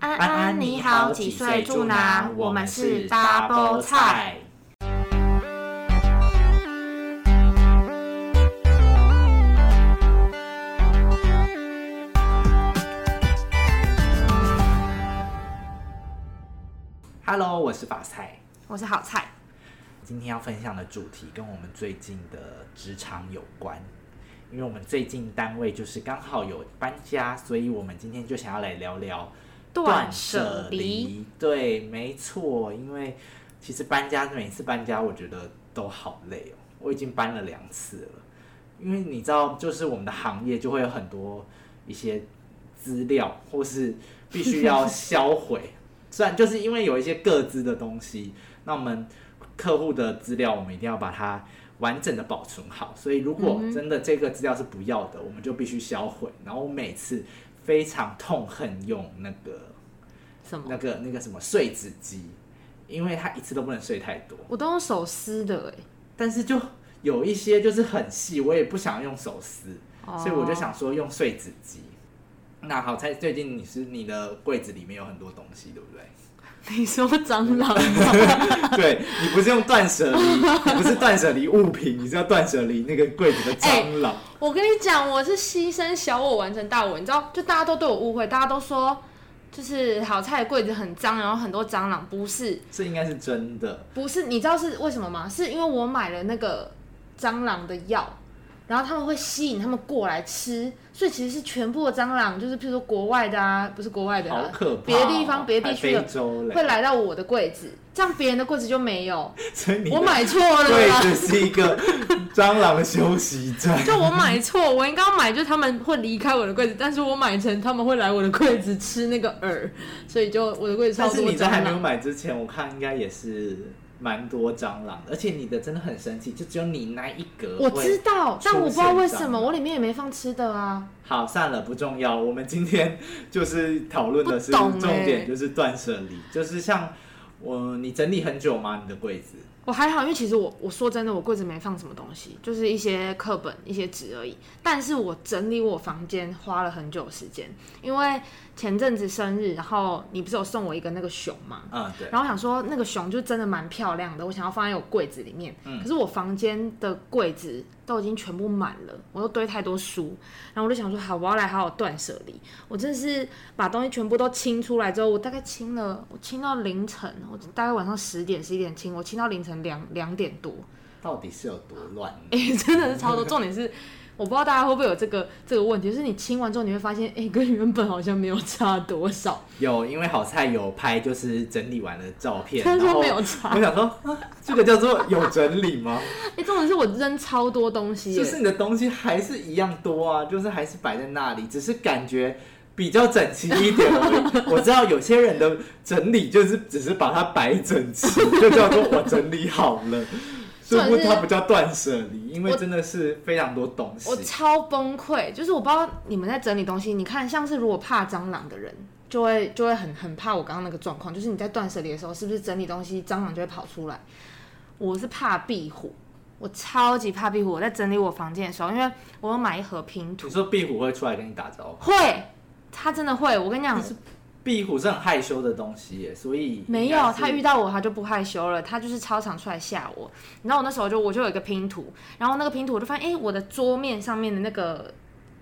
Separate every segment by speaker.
Speaker 1: 安安你好，几岁住哪？我们是 Double 菜。。
Speaker 2: Hello，我是法菜。
Speaker 1: 我是好菜，
Speaker 2: 今天要分享的主题跟我们最近的职场有关，因为我们最近单位就是刚好有搬家，所以我们今天就想要来聊聊
Speaker 1: 断舍离。。
Speaker 2: 对，没错，因为其实搬家每次搬家，我觉得都好累哦。我已经搬了两次了，因为你知道，就是我们的行业就会有很多一些资料，或是必须 要销毁。虽然就是因为有一些各自的东西，那我们客户的资料，我们一定要把它完整的保存好。所以，如果
Speaker 1: 嗯
Speaker 2: 真的这个资料是不要的，我们就必须销毁。然后我每次非常痛恨用那个
Speaker 1: 什么
Speaker 2: 那？个那个什么碎纸机，因为它一次都不能碎太多。
Speaker 1: 我都用手撕的哎、
Speaker 2: 但是就有一些就是很细，我也不想用手撕，
Speaker 1: 哦
Speaker 2: 所以我就想说用碎纸机。那好在最近你是你的柜子里面有很多东西，对不 对？
Speaker 1: 你说蟑螂吗？
Speaker 2: 对你不是用断舍离，你不是断舍离物品，你是要断舍离那个柜子的
Speaker 1: 哎
Speaker 2: 蟑螂。
Speaker 1: 我跟你讲，我是牺牲小我完成大我，你知道？就大家都对我误会，大家都说就是好菜的柜子很脏，然后很多蟑螂，不是
Speaker 2: 这应该是真的。
Speaker 1: 不是，你知道是为什么吗？是因为我买了那个蟑螂的药，然后他们会吸引他们过来吃，所以其实是全部的蟑螂，就是譬如说国外的啊，不是国外的、
Speaker 2: 好
Speaker 1: 啊，
Speaker 2: 可怕哦、
Speaker 1: 别的地方别的地区的
Speaker 2: 还非洲嘞
Speaker 1: 会，来到我的柜子，这样别人的柜子就没有。
Speaker 2: 所以你
Speaker 1: 我
Speaker 2: 的
Speaker 1: 买错了啦，
Speaker 2: 柜子是一个蟑螂的休息站。
Speaker 1: 就我买错，我应该要买就是他们会离开我的柜子，但是我买成他们会来我的柜子吃那个饵，所以就我的柜子超
Speaker 2: 但是
Speaker 1: 多
Speaker 2: 你在
Speaker 1: 蟑
Speaker 2: 还没有
Speaker 1: 螂。
Speaker 2: 买之前，我看应该也是蛮多蟑螂的，而且你的真的很生气，就只有你那一格。
Speaker 1: 我知。道，但我不知道为什
Speaker 2: 出现蟑
Speaker 1: 么，
Speaker 2: 螂
Speaker 1: 我里面也没放吃的啊。
Speaker 2: 好，算了，不重要。我们今天就是讨论的是
Speaker 1: 不懂欸
Speaker 2: 重点，就是断舍离，就是像我，你整理很久吗？你的柜子？
Speaker 1: 我还好，因为其实我我说真的，我柜子没放什么东西，就是一些课本、一些纸而已。但是我整理我房间花了很久时间，因为前阵子生日，然后你不是有送我一个那个熊吗？
Speaker 2: 嗯，对。
Speaker 1: 然后想说那个熊就真的蛮漂亮的，我想要放在我柜子里面。
Speaker 2: 嗯
Speaker 1: 可是我房间的柜子都已经全部满了，我都堆太多书，然后我就想说好，我要来好好断舍离。我真的是把东西全部都清出来之后，我大概清了，我清到凌晨，我大概晚上十点十一点清，我清到凌晨两两点多，
Speaker 2: 到底是有多乱？
Speaker 1: 哎、真的是超多。重点是。我不知道大家会不会有这个这个问题，就是你清完之后你会发现，哎、跟原本好像没有差多少，
Speaker 2: 有，因为好菜有拍，就是整理完的照片，
Speaker 1: 但
Speaker 2: 然
Speaker 1: 是
Speaker 2: 后
Speaker 1: 没有差。
Speaker 2: 我想说、啊，这个叫做有整理吗？
Speaker 1: 哎、重点是我扔超多东西耶，
Speaker 2: 就是你的东西还是一样多啊，就是还是摆在那里，只是感觉比较整齐一点而 已。我知道有些人的整理就是只是把它摆整齐，就叫做我整理好 了。
Speaker 1: 重
Speaker 2: 所
Speaker 1: 点是
Speaker 2: 以它不叫断舍离，因为
Speaker 1: 我
Speaker 2: 真的是非常多东西
Speaker 1: 我。超崩溃，就是我不知道你们在整理东西。你看，像是如果怕蟑螂的人，就会就会很很怕我刚刚那个状况，就是你在断舍离的时候，是不是整理东西蟑螂就会跑出来？我是怕壁虎，我超级怕壁虎。我在整理我房间的时候，因为我有买一盒拼图，
Speaker 2: 你说壁虎会出来跟你打招呼？
Speaker 1: 会，它真的会。我跟你讲，
Speaker 2: 壁虎是很害羞的东西耶，所以
Speaker 1: 没
Speaker 2: 应
Speaker 1: 有，
Speaker 2: 该是
Speaker 1: 他遇到我他就不害羞了，他就是超常出来吓我。然后我那时候就我就有一个拼图，然后那个拼图我就发现，哎、我的桌面上面的那个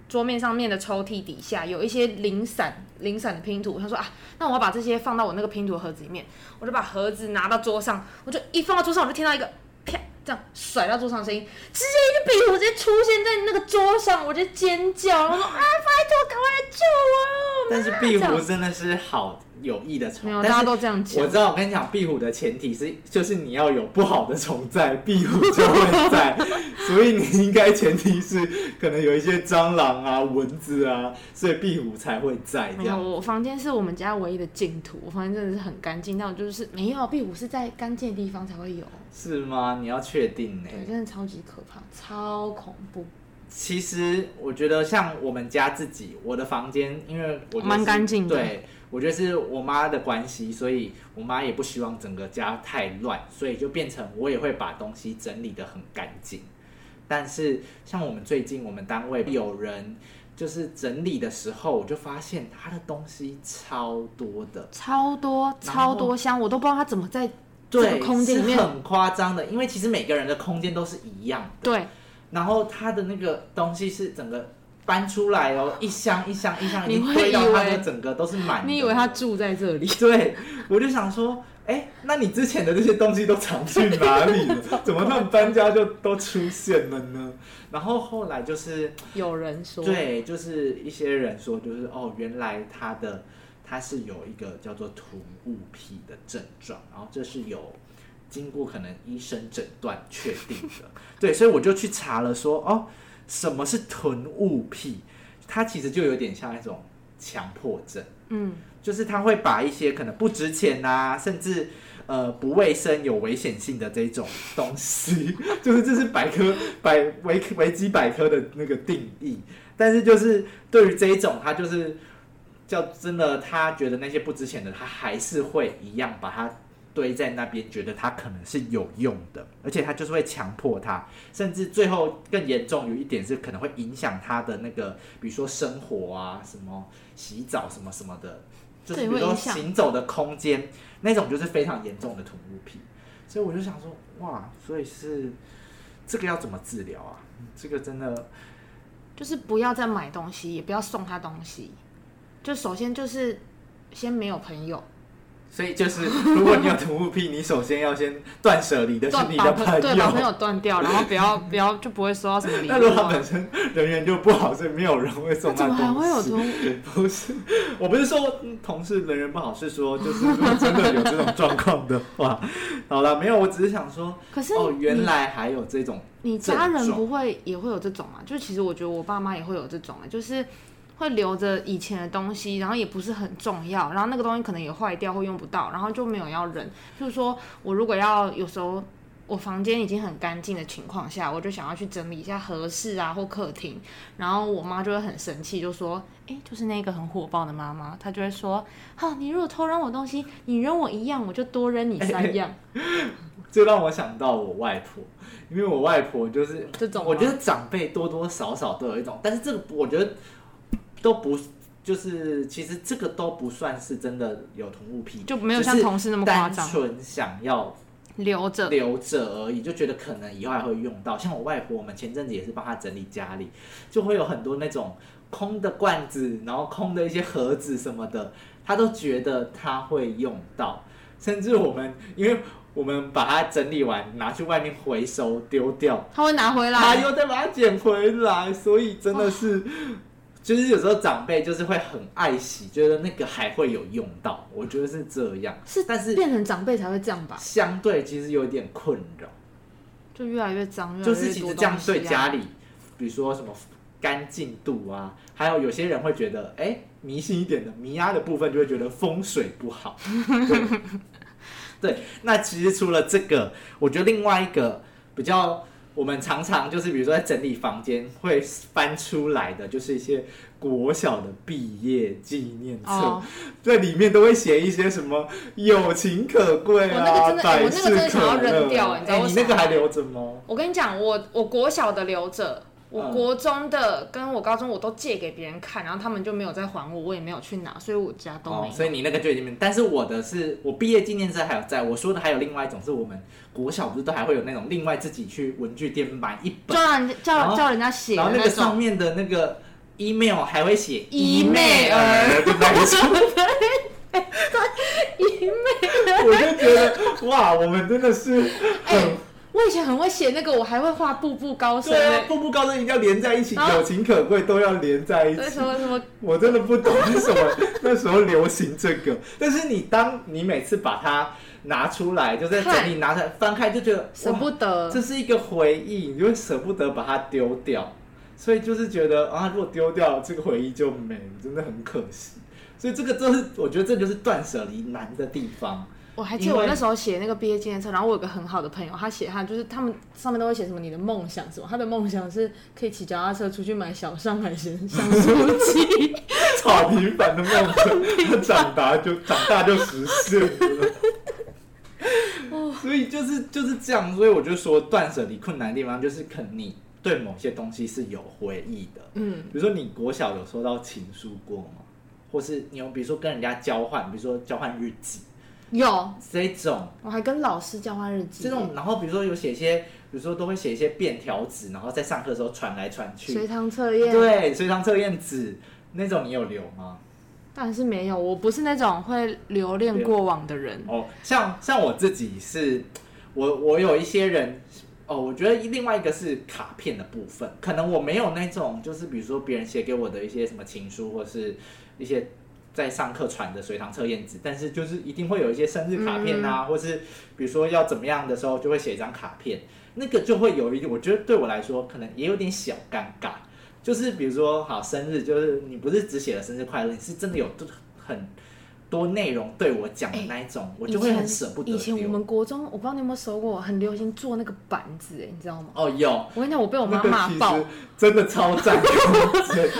Speaker 1: 桌面上面的抽屉底下有一些零散零散的拼图，他说啊，那我要把这些放到我那个拼图盒子里面，我就把盒子拿到桌上，我就一放到桌上我就听到一个啪这样甩到桌上的声音，直接一个壁虎直接出现在那个桌上，我就尖叫，然后说啊，拜托，赶快来救我！
Speaker 2: 但是壁
Speaker 1: 这
Speaker 2: 虎
Speaker 1: 样
Speaker 2: 真的是好有益的虫
Speaker 1: 没有，，
Speaker 2: 但
Speaker 1: 大
Speaker 2: 是
Speaker 1: 家都这样讲
Speaker 2: 我。知道，我跟你讲，壁虎的前提是，就是你要有不好的虫在，壁虎就会在，所以你应该前提是可能有一些蟑螂啊、蚊子啊，所以壁虎才会在这
Speaker 1: 没有，
Speaker 2: 样。
Speaker 1: 我房间是我们家唯一的净土，我房间真的是很干净，但我就是没有壁虎是在干净的地方才会有，
Speaker 2: 是吗？你要确定呢、
Speaker 1: 对，真的超级可怕，超恐怖，
Speaker 2: 其实我觉得像我们家自己，我的房间，因为我觉得是
Speaker 1: 蛮干净的
Speaker 2: 对，我觉得是我妈的关系，所以我妈也不希望整个家太乱，所以就变成我也会把东西整理得很干净。但是像我们最近我们单位有人就是整理的时候，我就发现他的东西超多的，
Speaker 1: 超多
Speaker 2: 然
Speaker 1: 超
Speaker 2: 后
Speaker 1: 多箱，我都不知道他怎么在这
Speaker 2: 对，
Speaker 1: 个空间里面
Speaker 2: 是很夸张的，因为其实每个人的空间都是一样的，
Speaker 1: 对，
Speaker 2: 然后他的那个东西是整个搬出来哦，一箱一箱一箱，
Speaker 1: 你
Speaker 2: 已经
Speaker 1: 会
Speaker 2: 堆到他
Speaker 1: 以为
Speaker 2: 的整个都是满的。
Speaker 1: 你以为他住在这里？
Speaker 2: 对，我就想说，哎、那你之前的这些东西都藏去哪 里了？怎么他们搬家就都出现了呢？然后后来就是，
Speaker 1: 有人说，
Speaker 2: 对，就是一些人说，就是哦，原来他的他是有一个叫做突兀癖的症状，然后这是有。经过可能医生诊断确定的，对，所以我就去查了说，哦，什么是囤物癖？它其实就有点像一种强迫症。
Speaker 1: 嗯，
Speaker 2: 就是他会把一些可能不值钱啊，甚至呃不卫生、有危险性的这种东西， 就是这是百科百维维基百科的那个定义。但是就是对于这一种，他就是叫真的，他觉得那些不值钱的，他还是会一样把它堆在那边，觉得它可能是有用的，而且他就是会强迫他，甚至最后更严重有一点是可能会影响他的那个，比如说生活啊，什么洗澡什么什么的，就是
Speaker 1: 对
Speaker 2: 比如
Speaker 1: 会
Speaker 2: 说
Speaker 1: 影响
Speaker 2: 行走的空间那种就是非常严重的土木癖，所以我就想说，哇，所以是这个要怎么治疗啊？这个真的
Speaker 1: 就是不要再买东西，也不要送他东西。就首先就是先没有朋友，
Speaker 2: 所以就是，如果你有土木癖，你首先要先断舍离的是
Speaker 1: 断
Speaker 2: 你
Speaker 1: 把
Speaker 2: 的
Speaker 1: 朋
Speaker 2: 朋
Speaker 1: 对把朋
Speaker 2: 友。
Speaker 1: 友断掉，然后不要不要就不会收到什么礼
Speaker 2: 那如果
Speaker 1: 物、
Speaker 2: 他
Speaker 1: 啊
Speaker 2: 本。身人缘就不好，所以没有人会
Speaker 1: 那
Speaker 2: 送他
Speaker 1: 怎么还
Speaker 2: 东
Speaker 1: 会有
Speaker 2: 西。
Speaker 1: 同？
Speaker 2: 不是，我不是说嗯同事人缘不好，是说就是如果真的有这种状况的话，好了，没有，我只是想说，
Speaker 1: 可是
Speaker 2: 哦，原
Speaker 1: 你
Speaker 2: 来还有这种，
Speaker 1: 你家人
Speaker 2: 症状
Speaker 1: 不会也会有这种啊？就其实我觉得我爸妈也会有这种、啊，就是会留着以前的东西，然后也不是很重要，然后那个东西可能也坏掉或用不到，然后就没有要扔。就是说我如果要有时候我房间已经很干净的情况下，我就想要去整理一下合适啊或客厅，然后我妈就会很生气，就说：“诶，就是那个很火爆的妈妈，她就会说：‘哈、你如果偷扔我东西，你扔我一样，我就多扔你三 样。
Speaker 2: 这让我想到我外婆，因为我外婆就是
Speaker 1: 这种吗
Speaker 2: 我觉得长辈多多少少都有一种，但是这个我觉得都不就是，其实这个都不算是真的有同物癖，
Speaker 1: 就没有像
Speaker 2: 只是
Speaker 1: 同事那么夸
Speaker 2: 单
Speaker 1: 张
Speaker 2: 纯想要
Speaker 1: 留着。
Speaker 2: 留着而已，就觉得可能以后还会用到。像我外婆，我们前阵子也是帮她整理家里，就会有很多那种空的罐子，然后空的一些盒子什么的，她都觉得她会用到。甚至我们，因为我们把它整理完，拿去外面回收丢掉，
Speaker 1: 她会拿回来，
Speaker 2: 她又再把它捡回来，所以真的是。就是有时候长辈就是会很爱惜，觉得那个还会有用到，我觉得是这样。
Speaker 1: 是
Speaker 2: 但是
Speaker 1: 变成长辈才会这样吧？
Speaker 2: 相对其实有点困扰。
Speaker 1: 就越来越脏，越来
Speaker 2: 就
Speaker 1: 越
Speaker 2: 是
Speaker 1: 嗯
Speaker 2: 其
Speaker 1: 多
Speaker 2: 实这样
Speaker 1: 东西
Speaker 2: 对
Speaker 1: 啊
Speaker 2: 家里，比如说什么干净度啊，还有有些人会觉得，哎、迷信一点的迷压的部分就会觉得风水不 好。对对，那其实除了这个，我觉得另外一个比较。我们常常就是，比如说在整理房间会翻出来的，就是一些国小的毕业纪念册，
Speaker 1: 哦，
Speaker 2: 在里面都会写一些什么友情可贵
Speaker 1: 我那个
Speaker 2: 啊
Speaker 1: 真，的哎
Speaker 2: 百
Speaker 1: 我那个真的
Speaker 2: 事
Speaker 1: 想要
Speaker 2: 可
Speaker 1: 扔
Speaker 2: 乐
Speaker 1: 掉哎
Speaker 2: 啊。
Speaker 1: 你知道
Speaker 2: 哎，
Speaker 1: 为
Speaker 2: 你
Speaker 1: 什
Speaker 2: 那
Speaker 1: 么
Speaker 2: 个
Speaker 1: 吗
Speaker 2: 还留着吗？
Speaker 1: 我跟你讲，我我国小的留着，我
Speaker 2: 嗯
Speaker 1: 国中的跟我高中我都借给别人看，然后他们就没有再还我，我也没有去拿，所以我家都没
Speaker 2: 哦
Speaker 1: 有。，
Speaker 2: 所以你那个就已经没，但是我的是我毕业纪念册还有在，我说的还有另外一种是我们国小不是都还会有那种另外自己去文具店买一本，
Speaker 1: 叫人
Speaker 2: 然
Speaker 1: 叫
Speaker 2: 后
Speaker 1: 叫人家写
Speaker 2: 哦然
Speaker 1: 的
Speaker 2: 后那个上
Speaker 1: 种，
Speaker 2: 面的那个 email 还会写
Speaker 1: 伊
Speaker 2: 妹
Speaker 1: 妹儿
Speaker 2: 对 没错我就觉得哇，我们真的是
Speaker 1: 哎、
Speaker 2: 很
Speaker 1: 我以前很会写那个，我还会画步步高升、
Speaker 2: 对啊
Speaker 1: 欸，，
Speaker 2: 步步高升一定要连在一起，
Speaker 1: 然后
Speaker 2: 友情可贵都要连在一
Speaker 1: 那
Speaker 2: 起
Speaker 1: 什。么什么
Speaker 2: 我真的不懂是什么 那时候流行这个，但是你当你每次把它拿出来，就在整理拿出来翻开，就觉得
Speaker 1: 舍
Speaker 2: 哇
Speaker 1: 不得
Speaker 2: 这，是一个回忆，你就会舍不得把它丢掉，所以就是觉得啊，如果丢掉这个回忆就没了，真的很可惜。所以这个就是我觉得这就是断舍离难的地方。
Speaker 1: 我还记得
Speaker 2: 因为
Speaker 1: 我那时候写那个毕业纪念册，然后我有个很好的朋友，他写他就是他们上面都会写什么你的梦想什么，他的梦想是可以骑脚踏车出去买小上海鲜 香酥鸡，
Speaker 2: 草泥板的梦想，他长大就长大就实现了。所以就是就是这样，所以我就说断舍离困难的地方就是可能你对某些东西是有回忆的。
Speaker 1: 嗯，
Speaker 2: 比如说你国小有收到情书过吗？或是你有比如说跟人家交换，比如说交换日记
Speaker 1: 有，
Speaker 2: 这种
Speaker 1: 我还跟老师交换日记，
Speaker 2: 这种，然后比如说有写一些，比如说都会写一些便条纸，然后在上课的时候传来传
Speaker 1: 随
Speaker 2: 去。
Speaker 1: 堂测验，，
Speaker 2: 对，随堂测验纸那种你有留吗？
Speaker 1: 但是没有，我不是那种会留恋过往的人。
Speaker 2: 哦，像像我自己是，我我有一些人，哦，我觉得另外一个是卡片的部分，可能我没有那种就是比如说别人写给我的一些什么情书或是一些在上课传的随堂测验纸，但是就是一定会有一些生日卡片啊，或是比如说要怎么样的时候就会写一张卡片，那个就会有一，我觉得对我来说可能也有点小尴尬。就是比如说，好生日，就是你不是只写了生日快乐，你是真的有很多内容对我讲的那一种，我就会很舍不得
Speaker 1: 哎以前我
Speaker 2: 丢。
Speaker 1: 们国中，我不知道你有没有收过，很流行做那个板子，哎，你知道吗？
Speaker 2: 哦，有，
Speaker 1: 我跟你讲，我被我
Speaker 2: 我
Speaker 1: 妈骂爆，
Speaker 2: 真的超赞。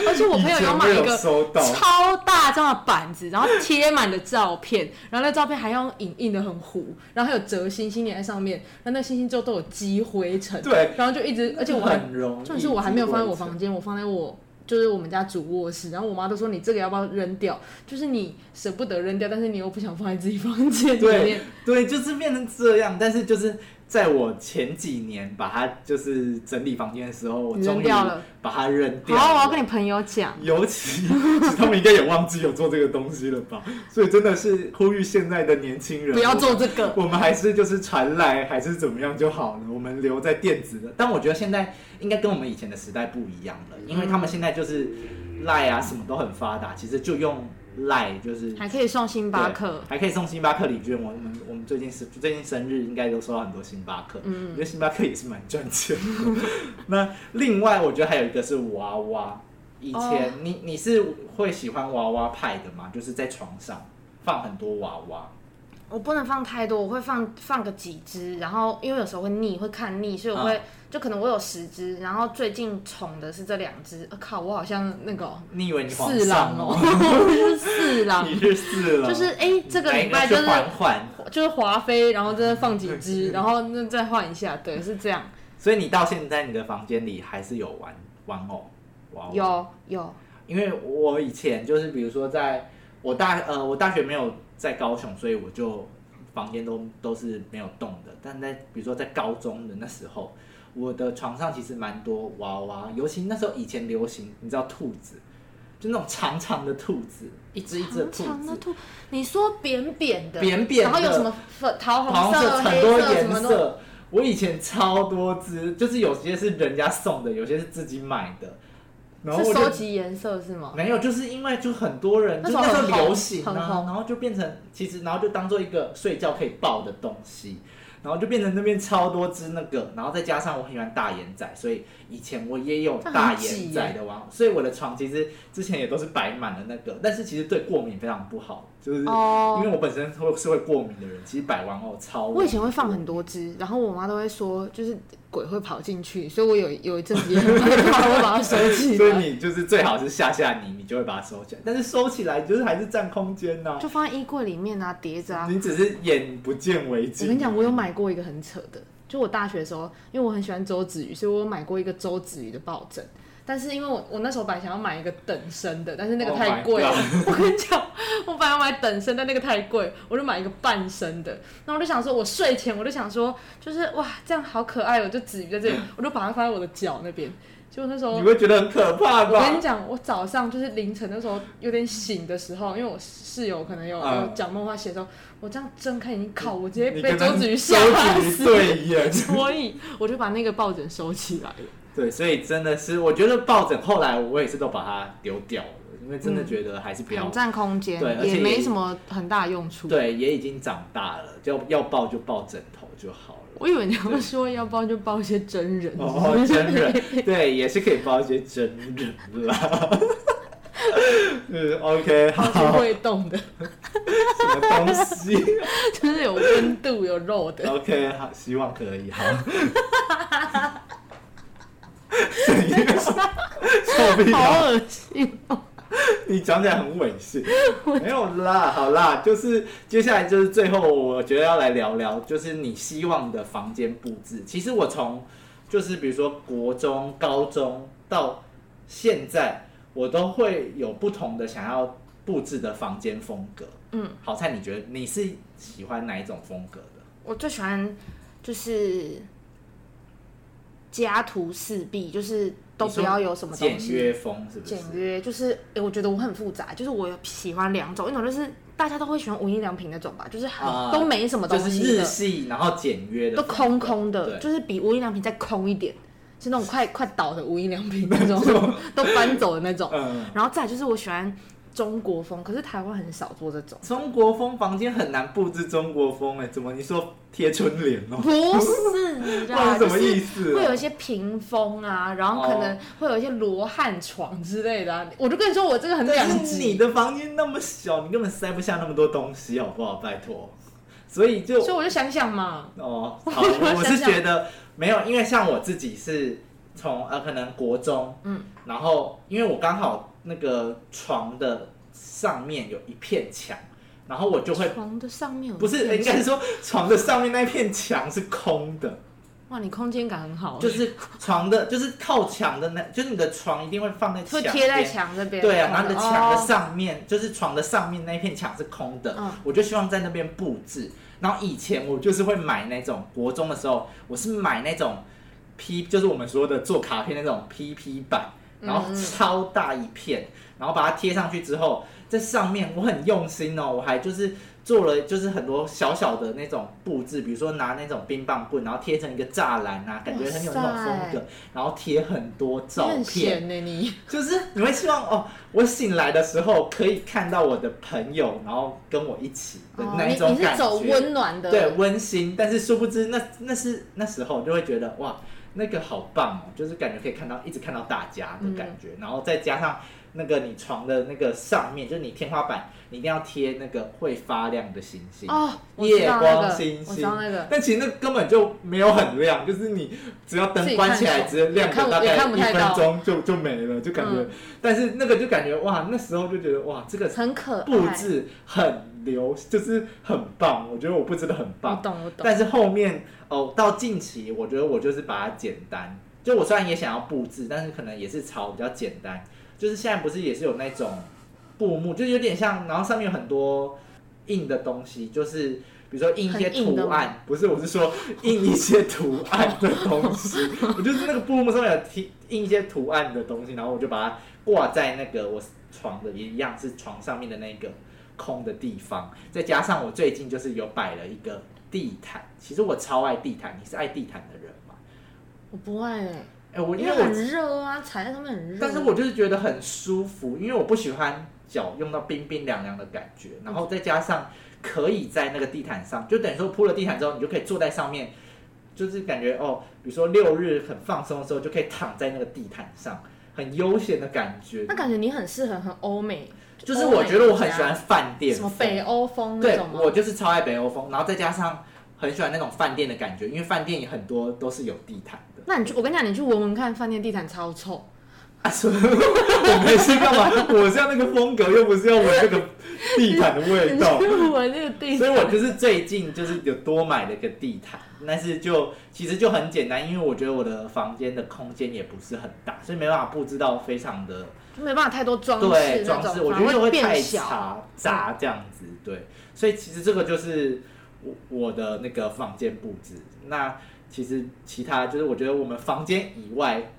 Speaker 1: 而且 我朋友
Speaker 2: 以前
Speaker 1: 买一
Speaker 2: 我有
Speaker 1: 个
Speaker 2: 收到，
Speaker 1: 超大张的板子，然后贴满了照片， 然后那照片还用影印的很糊，然后还有折星星粘在上面，然后那星星就都有积灰尘，
Speaker 2: 对，
Speaker 1: 然后就一直，而且我还
Speaker 2: 很容易，
Speaker 1: 重点是我还没有放在我房间，我放在我就是我们家主卧室，然后我妈都说你这个要不要扔掉？就是你舍不得扔掉，但是你又不想放在自己房间里
Speaker 2: 对
Speaker 1: 面。
Speaker 2: 对，就是变成这样。但是就是在我前几年把它就是整理房间的时候，我
Speaker 1: 你
Speaker 2: 终
Speaker 1: 扔
Speaker 2: 于
Speaker 1: 掉了
Speaker 2: 把它扔掉了。
Speaker 1: 好，我要跟你朋友讲，
Speaker 2: 尤其他们应该也忘记有做这个东西了吧？ 所以真的是呼吁现在的年轻人
Speaker 1: 不要做这个。
Speaker 2: 我们还是就是传来还是怎么样就好了，我们留在电子的。但我觉得现在应该跟我们以前的时代不一样了，因为他们现在就是赖啊什么都很发达，其实就用赖就是
Speaker 1: 还可以送星巴克
Speaker 2: 对，还可以送星巴克礼券。我我们我们最近是最近生日，应该都收到很多星巴克。嗯，我觉得星巴克也是蛮赚钱的。 那另外，我觉得还有一个是娃娃。以前、
Speaker 1: 哦
Speaker 2: 你你是会喜欢娃娃派的吗？就是在床上放很多娃娃。
Speaker 1: 我不能放太多，我会放放个几只，然后因为有时候会腻，会看腻，所以我会、就可能我有十只，然后最近宠的是这两只。我、靠，我好像那个哦
Speaker 2: 你以为你皇
Speaker 1: 四郎
Speaker 2: 上
Speaker 1: 哦， 我是四郎，
Speaker 2: 你是 四郎，
Speaker 1: 就
Speaker 2: 哎
Speaker 1: 是哎、这个礼拜
Speaker 2: 就
Speaker 1: 就是是
Speaker 2: 缓缓。
Speaker 1: 就是华妃，然后真的放几只，然后那再换一下，对，是这样。
Speaker 2: 所以你到现在你的房间里还是有玩玩偶娃娃。
Speaker 1: 有有，
Speaker 2: 因为我以前就是比如说在我大呃我大学没有在高雄，所以我就房间都都是没有动的。但在比如说在高中的那时候，我的床上其实蛮多娃娃，尤其那时候以前流行，你知道兔子，就那种长长的兔子，一只一只
Speaker 1: 长
Speaker 2: 的兔
Speaker 1: 长的
Speaker 2: 子，
Speaker 1: 兔，你说扁扁的，
Speaker 2: 扁扁
Speaker 1: 然后有
Speaker 2: 的
Speaker 1: 什么粉桃
Speaker 2: 好
Speaker 1: 红
Speaker 2: 像是
Speaker 1: 色、
Speaker 2: 很
Speaker 1: 黑
Speaker 2: 多
Speaker 1: 色什
Speaker 2: 颜
Speaker 1: 么的，
Speaker 2: 色。我以前超多只，就是有些是人家送的，有些是自己买的。然后
Speaker 1: 是
Speaker 2: 我就
Speaker 1: 收集颜色是吗？
Speaker 2: 没有，就是因为就很多人
Speaker 1: 那
Speaker 2: 就
Speaker 1: 时候
Speaker 2: 那时候
Speaker 1: 很红
Speaker 2: 流行啊，
Speaker 1: 很红
Speaker 2: 然后就变成其实，然后就当做一个睡觉可以抱的东西，然后就变成那边超多只那个，然后再加上我很喜欢大眼仔，所以以前我也有大眼仔的玩偶，所以我的床其实之前也都是摆满了那个，但是其实对过敏非常不好，就是因
Speaker 1: 哦，
Speaker 2: 为我本身会是会过敏的人，其实摆玩偶超
Speaker 1: 我以前会放很多只，然后我妈都会说，就是鬼会跑进去，所以我有有一阵子也很害怕，我会把它收起
Speaker 2: 所以
Speaker 1: 来，
Speaker 2: 你就是最好是吓吓你，你就会把它收起来，但是收起来就是还是占空间呐、
Speaker 1: 就放在衣柜里面啊，叠着啊。
Speaker 2: 你只是眼不见为
Speaker 1: 我
Speaker 2: 净。
Speaker 1: 跟你讲，我有买过一个很扯的，就我大学的时候，因为我很喜欢周子瑜，所以我有买过一个周子瑜的抱枕。但是因为我我那时候本来想要买一个等身的，但是那个
Speaker 2: Oh
Speaker 1: 太
Speaker 2: my
Speaker 1: 贵了。 我跟你讲，我本来要买等身，但那个太贵，我就买一个半身的。那我就想说，我睡前我就想说，就是哇，这样好可爱哦，就子瑜在这里，我就把它放在我的脚那边。结果那时候
Speaker 2: 你会觉得很可怕
Speaker 1: 我跟你
Speaker 2: 吧？
Speaker 1: 讲，我早上就是凌晨的时候有点醒的时候，因为我室友可能有、
Speaker 2: 嗯
Speaker 1: 有讲梦话写的时候，我这样睁开眼睛靠，我直接
Speaker 2: 你
Speaker 1: 被
Speaker 2: 跟他
Speaker 1: 周子瑜
Speaker 2: 周
Speaker 1: 吓
Speaker 2: 子瑜
Speaker 1: 死，
Speaker 2: 对眼，
Speaker 1: 所以我就把那个抱枕收起来了。
Speaker 2: 对，所以真的是，我觉得抱枕后来我也是都把它丢掉了，因为真的觉得还是不要。
Speaker 1: 很占空间
Speaker 2: 对而，且
Speaker 1: 也
Speaker 2: 也
Speaker 1: 没什么很大用处。
Speaker 2: 对，也已经长大了，就要抱就抱枕头就好了。
Speaker 1: 我以为你要说要抱就抱一些真人，
Speaker 2: 哦，真人对，也是可以抱一些真人啦。 嗯，OK，
Speaker 1: 抱
Speaker 2: 好，
Speaker 1: 一些会动 的，
Speaker 2: 什么东西
Speaker 1: 就是有温度、有肉的。
Speaker 2: ？OK，好，希望可 以好。 怎样？臭屁啊！
Speaker 1: 好恶心哦！
Speaker 2: 你讲起来很猥亵，没有啦，好啦，就是接下来就是最后，我觉得要来聊聊，就是你希望的房间布置。其实我从就是比如说国中、高中到现在，我都会有不同的想要布置的房间风格。
Speaker 1: 嗯，
Speaker 2: 好菜，你觉得你是喜欢哪一种风格的？
Speaker 1: 我最喜欢就是家徒四壁，就是都不要有什么东
Speaker 2: 简
Speaker 1: 西。
Speaker 2: 约风是不是
Speaker 1: 简？约就是，诶、我觉得我很复杂，就是我喜欢两种，一种就是大家都会喜欢无印良品那种吧，就是很、
Speaker 2: 啊
Speaker 1: 都没什么东
Speaker 2: 就是
Speaker 1: 西
Speaker 2: 日
Speaker 1: 的，
Speaker 2: 系，然后简约的
Speaker 1: 都
Speaker 2: 风格，
Speaker 1: 空空的，
Speaker 2: 对
Speaker 1: 就是比无印良品再空一点，是那种快快倒的无印良品那 种， 都搬走的那种。
Speaker 2: 嗯，
Speaker 1: 然后再来就是我喜欢中国风，可是台湾很少做这种。
Speaker 2: 中国风房间很难布置中国风哎、怎么你说贴春联哦、
Speaker 1: 不是啦，
Speaker 2: 那是
Speaker 1: 啊就
Speaker 2: 什么意
Speaker 1: 是
Speaker 2: 思、啊哦
Speaker 1: 会有一些屏风啊，然后可能会有一些罗汉床之类的、啊。我就跟你说，我这个很两
Speaker 2: 但是啊你
Speaker 1: 极，
Speaker 2: 的房间那么小，你根本塞不下那么多东西，好不好？拜托，所以就
Speaker 1: 所以我就想想嘛，
Speaker 2: 哦， 好，我是觉得没有，因为像我自己是从呃，可能国中，
Speaker 1: 嗯，
Speaker 2: 然后因为我刚好那个床的上面有一片墙，然后我就会
Speaker 1: 床的上面有
Speaker 2: 不是，
Speaker 1: 电
Speaker 2: 应该是说床的上面那片墙是空的，
Speaker 1: 哇，你空间感很好，欸
Speaker 2: 就是床的，就是靠墙的那，就是你的床一定会放在
Speaker 1: 会
Speaker 2: 墙
Speaker 1: 贴在
Speaker 2: 边。
Speaker 1: 墙这边，
Speaker 2: 对啊，然后你的墙的
Speaker 1: 哦
Speaker 2: 上面，就是床的上面那一片墙是空的，
Speaker 1: 嗯
Speaker 2: 我就希望在那边布置。然后以前我就是会买那种国中的时候，我是买那种 P，就是我们说的做卡片那种 PP 板，然后
Speaker 1: 嗯嗯
Speaker 2: 超大一片，然后把它贴上去之后，在上面我很用心哦，我还就是做了就是很多小小的那种布置，比如说拿那种冰棒棍，然后贴成一个栅栏啊，感觉很有那种风格
Speaker 1: 哇，
Speaker 2: 然后贴很多
Speaker 1: 你
Speaker 2: 照
Speaker 1: 很
Speaker 2: 片。
Speaker 1: 闲呢、欸你
Speaker 2: 就是你会希望哦，我醒来的时候可以看到我的朋友，然后跟我一起的
Speaker 1: 哦
Speaker 2: 那
Speaker 1: 你
Speaker 2: 一种
Speaker 1: 你是
Speaker 2: 感觉，
Speaker 1: 走温暖的，
Speaker 2: 对，温馨。但是殊不知那那是那时候就会觉得哇，那个好棒哦，就是感觉可以看到一直看到大家的感
Speaker 1: 嗯
Speaker 2: 觉，然后再加上那个你床的那个上面，就是你天花板，你一定要贴那个会发亮的星星。
Speaker 1: 哦，我知
Speaker 2: 夜
Speaker 1: 道那
Speaker 2: 光
Speaker 1: 个
Speaker 2: 星，
Speaker 1: 我
Speaker 2: 星
Speaker 1: 知道那个，
Speaker 2: 但其实那根本就没有很亮，就是你只要
Speaker 1: 自
Speaker 2: 灯
Speaker 1: 己
Speaker 2: 关
Speaker 1: 看
Speaker 2: 起来，
Speaker 1: 懂
Speaker 2: 只是亮
Speaker 1: 也看不
Speaker 2: 个大
Speaker 1: 也
Speaker 2: 概
Speaker 1: 看不
Speaker 2: 一
Speaker 1: 太
Speaker 2: 分
Speaker 1: 到
Speaker 2: 钟就就没了，就感觉。
Speaker 1: 嗯
Speaker 2: 但是那个就感觉哇，那时候就觉得哇，这个
Speaker 1: 很可爱，
Speaker 2: 布置很流，就是很棒。我觉得我布置的很
Speaker 1: 我
Speaker 2: 棒，
Speaker 1: 懂我懂，
Speaker 2: 但是后面哦，到近期我觉得我就是把它简单。就我虽然也想要布置，但是可能也是朝比较简单。就是现在不是也是有那种布幕，就是有点像，然后上面有很多印的东西，就是比如说印一些
Speaker 1: 很硬的
Speaker 2: 图
Speaker 1: 吗
Speaker 2: 案，不是，我是说印一些图案的 东西。我就是那个布幕上面有贴印一些图案的东西，然后我就把它挂在那个我床的一样是床上面的那个空的地方，再加上我最近就是有摆了一个地毯，其实我超爱地毯，你是爱地毯的人吗？
Speaker 1: 我不爱哎、
Speaker 2: 哎、我因
Speaker 1: 因
Speaker 2: 为
Speaker 1: 为
Speaker 2: 我
Speaker 1: 很热啊，踩在上面很热。
Speaker 2: 但是我就是觉得很舒服，因为我不喜欢脚用到冰冰凉凉的感觉，然后再加上可以在那个地毯上，就等于说铺了地毯之后，你就可以坐在上面，就是感觉哦，比如说六日很放松的时候，就可以躺在那个地毯上，很悠闲的感觉
Speaker 1: 那。感觉你很适合很欧美，
Speaker 2: 就是我觉得我很喜欢饭店
Speaker 1: 什么
Speaker 2: 风
Speaker 1: 北欧风那
Speaker 2: 对
Speaker 1: 种吗？
Speaker 2: 我就是超爱北欧风，然后再加上很喜欢那种饭店的感觉，因为饭店也很多都是有地毯的。
Speaker 1: 那你去，我跟你讲，你去闻闻看，饭店地毯超 臭。
Speaker 2: 啊，所以我没事干嘛？我是要那个风格，又不是要闻那个地毯的味
Speaker 1: 你
Speaker 2: 道。
Speaker 1: 去闻那个地
Speaker 2: 所以我就是最近就是有多买了一个地毯，但是就其实就很简单，因为我觉得我的房间的空间也不是很大，所以没办法布置到非常的
Speaker 1: 就没办法太多装
Speaker 2: 对
Speaker 1: 饰
Speaker 2: 装
Speaker 1: 那
Speaker 2: 饰，
Speaker 1: 种，
Speaker 2: 我
Speaker 1: 反
Speaker 2: 觉得
Speaker 1: 而
Speaker 2: 就
Speaker 1: 会
Speaker 2: 太
Speaker 1: 变小。嗯
Speaker 2: 杂杂这样子。对，所以其实这个就是我我的那个房间布置。那其实其他就是我觉得我们房间以外。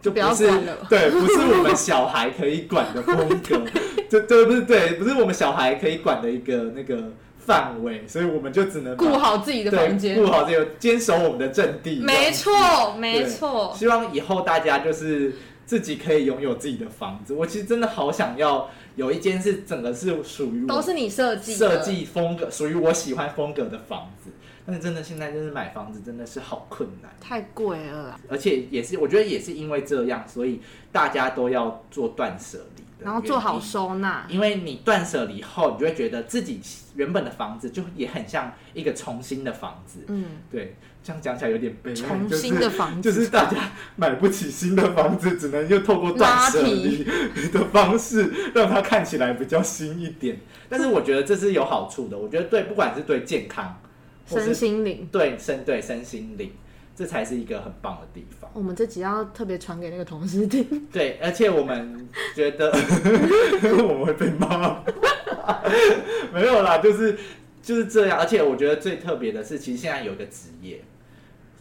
Speaker 2: 就
Speaker 1: 不要
Speaker 2: 是
Speaker 1: 管了
Speaker 2: 对，不是我们小孩可以管的风 格，就就不是对，不是我们小孩可以管的一个那个范围，所以我们就只能把
Speaker 1: 顾好自己的
Speaker 2: 对
Speaker 1: 房间
Speaker 2: 顾，好这个坚守我们的阵地。
Speaker 1: 没错，没错。
Speaker 2: 希望以后大家就是自己可以拥有自己的房子。我其实真的好想要有一间是整个是属于
Speaker 1: 都
Speaker 2: 我
Speaker 1: 是你设计
Speaker 2: 设
Speaker 1: 的，
Speaker 2: 计风格，属于我喜欢风格的房子。但是真的现在就是买房子真的是好困难，
Speaker 1: 太贵了啦。
Speaker 2: 而且也是我觉得也是因为这样，所以大家都要做断舍离，
Speaker 1: 然后做好。收纳，
Speaker 2: 因为你断舍离后，你就会觉得自己原本的房子就也很像一个重新的房子。
Speaker 1: 嗯，
Speaker 2: 对，这样讲起来有点悲哀，
Speaker 1: 重
Speaker 2: 就是
Speaker 1: 新的房子，
Speaker 2: 就是大家买不起新的房子，只能又透过断舍离的方式，让它看起来比较新一点。但是我觉得这是有好处的，我觉得对，不管是对健康，或
Speaker 1: 身
Speaker 2: 是
Speaker 1: 心灵。
Speaker 2: 对身对身心灵，这才是一个很棒的地方。
Speaker 1: 我们这集要特别传给那个同事听，
Speaker 2: 对，而且我们觉得我们会被骂， 没有啦，就是就是这样。而且我觉得最特别的是，其实现在有一个职业，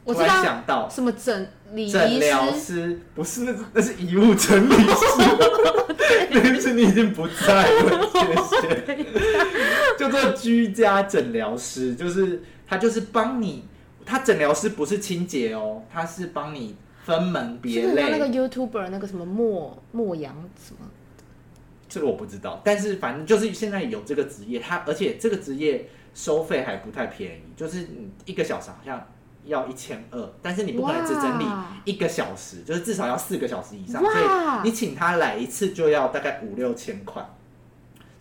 Speaker 1: 我
Speaker 2: 突
Speaker 1: 知
Speaker 2: 然
Speaker 1: 道
Speaker 2: 想到
Speaker 1: 什么整理
Speaker 2: 诊
Speaker 1: 仪
Speaker 2: 疗
Speaker 1: 师，
Speaker 2: 师，不是那那是遗物整理 师，那是你已经不在了，谢谢。就这居家诊疗师，就是他就是帮你，他诊疗师不是清洁哦，他是帮你分门
Speaker 1: 是
Speaker 2: 别
Speaker 1: 不是
Speaker 2: 类。
Speaker 1: 像那个 YouTuber 那个什么莫莫阳什么？
Speaker 2: 这个我不知道，但是反正就是现在有这个职业，它而且这个职业收费还不太便宜，就是你一个小时好像要一千二，但是你不可能只整理
Speaker 1: 哇
Speaker 2: 一个小时，就是至少要四个小时以上，所以
Speaker 1: 哇
Speaker 2: 你，请他来一次就要大概五六千块，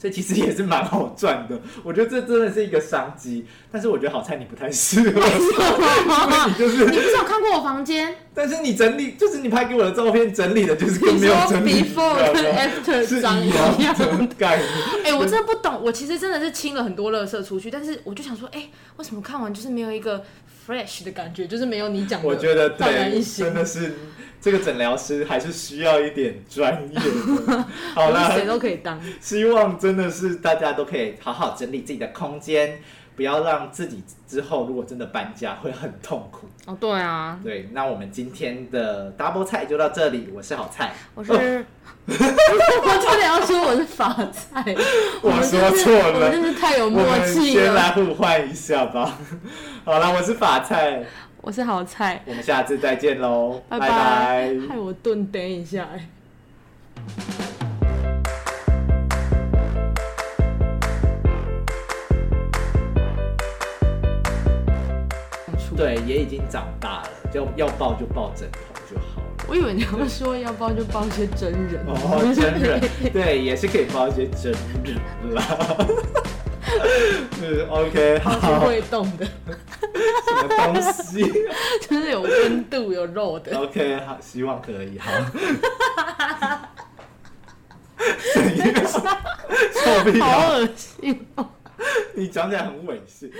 Speaker 2: 所以其实也是蛮好赚的。我觉得这真的是一个商机，但是我觉得好菜你不太适合， 因为你 就是
Speaker 1: 你不是有看过我房间？
Speaker 2: 但是你整理，就是你拍给我的照片整理的，就是跟
Speaker 1: 你
Speaker 2: 没
Speaker 1: 说
Speaker 2: 有整理啊
Speaker 1: before 跟
Speaker 2: 是
Speaker 1: after
Speaker 2: 一
Speaker 1: 长一
Speaker 2: 样
Speaker 1: 样。
Speaker 2: 的概念。
Speaker 1: 哎、我真的不懂，我其实真的是清了很多垃圾出去，但是我就想说，哎、为什么看完就是没有一个 fresh 的感觉，就是没有你讲的
Speaker 2: 我 觉得
Speaker 1: 焕然一
Speaker 2: 对，
Speaker 1: 新
Speaker 2: 真。的是这个诊疗师还是需要一点专业 的。好
Speaker 1: 我
Speaker 2: 啦
Speaker 1: 是，谁都可以当。
Speaker 2: 希望真的是大家都可以好好整理自己的空间，不要让自己之后如果真的搬家会很痛苦。
Speaker 1: 哦，对啊，
Speaker 2: 对，那我们今天的 double 菜就到这里，我是好菜，
Speaker 1: 我 是，我差点要说我是法菜，
Speaker 2: 我
Speaker 1: 们
Speaker 2: 说
Speaker 1: 真是
Speaker 2: 错
Speaker 1: 我
Speaker 2: 了
Speaker 1: 们真是太有
Speaker 2: 我
Speaker 1: 默
Speaker 2: 们
Speaker 1: 契
Speaker 2: 先
Speaker 1: 了。
Speaker 2: 来互换一下吧。 好啦，我是法菜，
Speaker 1: 我是好菜，
Speaker 2: 我们下次再见喽，
Speaker 1: 拜
Speaker 2: 拜拜
Speaker 1: 害我顿等一下、哎。
Speaker 2: 对，也已经长大了，就要抱就抱枕头就好了。
Speaker 1: 我以为你要说要抱就抱一些真人，
Speaker 2: 哦，真 人对，也是可以包一些真人啦。嗯，OK，
Speaker 1: 抱是
Speaker 2: 好，
Speaker 1: 会动的，
Speaker 2: 什么东西
Speaker 1: 就是有温度、有肉 的。
Speaker 2: ？OK，好，希望可以好。怎 样？臭屁
Speaker 1: 好
Speaker 2: 啊！
Speaker 1: 恶心哦！
Speaker 2: 你讲起来很猥亵。